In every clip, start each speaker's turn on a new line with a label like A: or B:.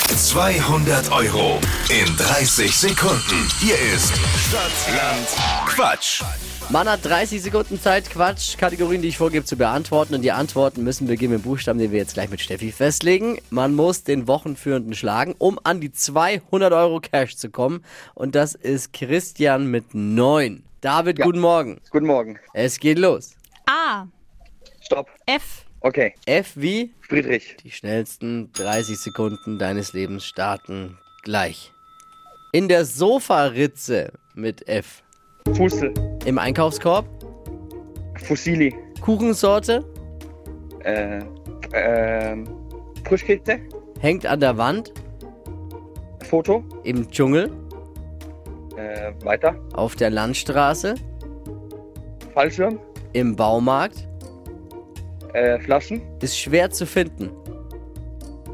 A: 200 Euro in 30 Sekunden. Hier ist Stadtland Quatsch.
B: Man hat 30 Sekunden Zeit, Quatsch, Kategorien, die ich vorgebe, zu beantworten. Und die Antworten müssen beginnen mit Buchstaben, den wir jetzt gleich mit Steffi festlegen. Man muss den Wochenführenden schlagen, um an die 200 Euro Cash zu kommen. Und das ist Christian mit 9. David, guten Morgen.
C: Guten Morgen.
B: Es geht los.
D: A.
C: Stopp.
D: F.
C: Okay.
B: F wie
C: Friedrich.
B: die schnellsten 30 Sekunden deines Lebens starten gleich. In der Sofaritze mit F.
C: Fussel.
B: Im Einkaufskorb.
C: Fussili.
B: Kuchensorte.
C: Äh, ähm, Frischkäse.
B: Hängt an der Wand.
C: Foto.
B: Im Dschungel.
C: Äh, weiter.
B: Auf der Landstraße,
C: Fallschirm.
B: im Baumarkt,
C: Äh, Flaschen.
B: ist schwer zu finden.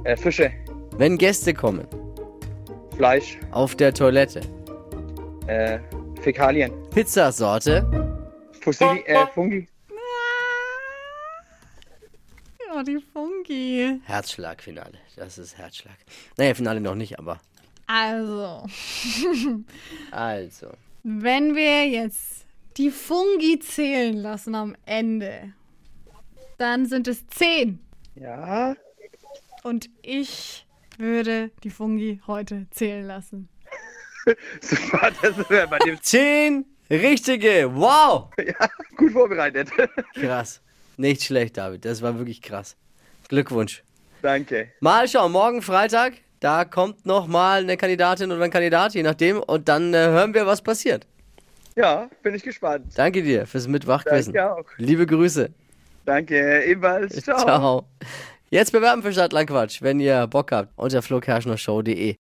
C: Äh, Fische.
B: Wenn Gäste kommen,
C: Fleisch.
B: auf der Toilette,
C: Äh, Fäkalien.
B: Pizzasorte,
C: Fussili. Äh, Fungi.
D: Oh, die Fungi.
B: Herzschlagfinale. Das ist Herzschlag. Naja, Finale noch nicht, aber.
D: Also,
B: Also.
D: wenn wir jetzt die Fungi zählen lassen am Ende, dann sind es zehn.
C: Ja.
D: Und ich würde die Fungi heute zählen lassen.
C: Super, das wäre bei dem
B: Zehn richtige! Wow!
C: gut vorbereitet.
B: Krass. Nicht schlecht, David. Das war wirklich krass. Glückwunsch.
C: Danke.
B: Mal schauen, morgen Freitag, da kommt nochmal eine Kandidatin oder ein Kandidat, je nachdem, und dann äh, hören wir, was passiert.
C: Ja, bin ich gespannt.
B: Danke dir fürs Mitwachquissen.
C: Danke auch.
B: Liebe Grüße.
C: Danke, ebenfalls. Ciao.
B: Ciao. Jetzt bewerben für Stadtlandquatsch, wenn ihr Bock habt, unter flokerschnershow.de.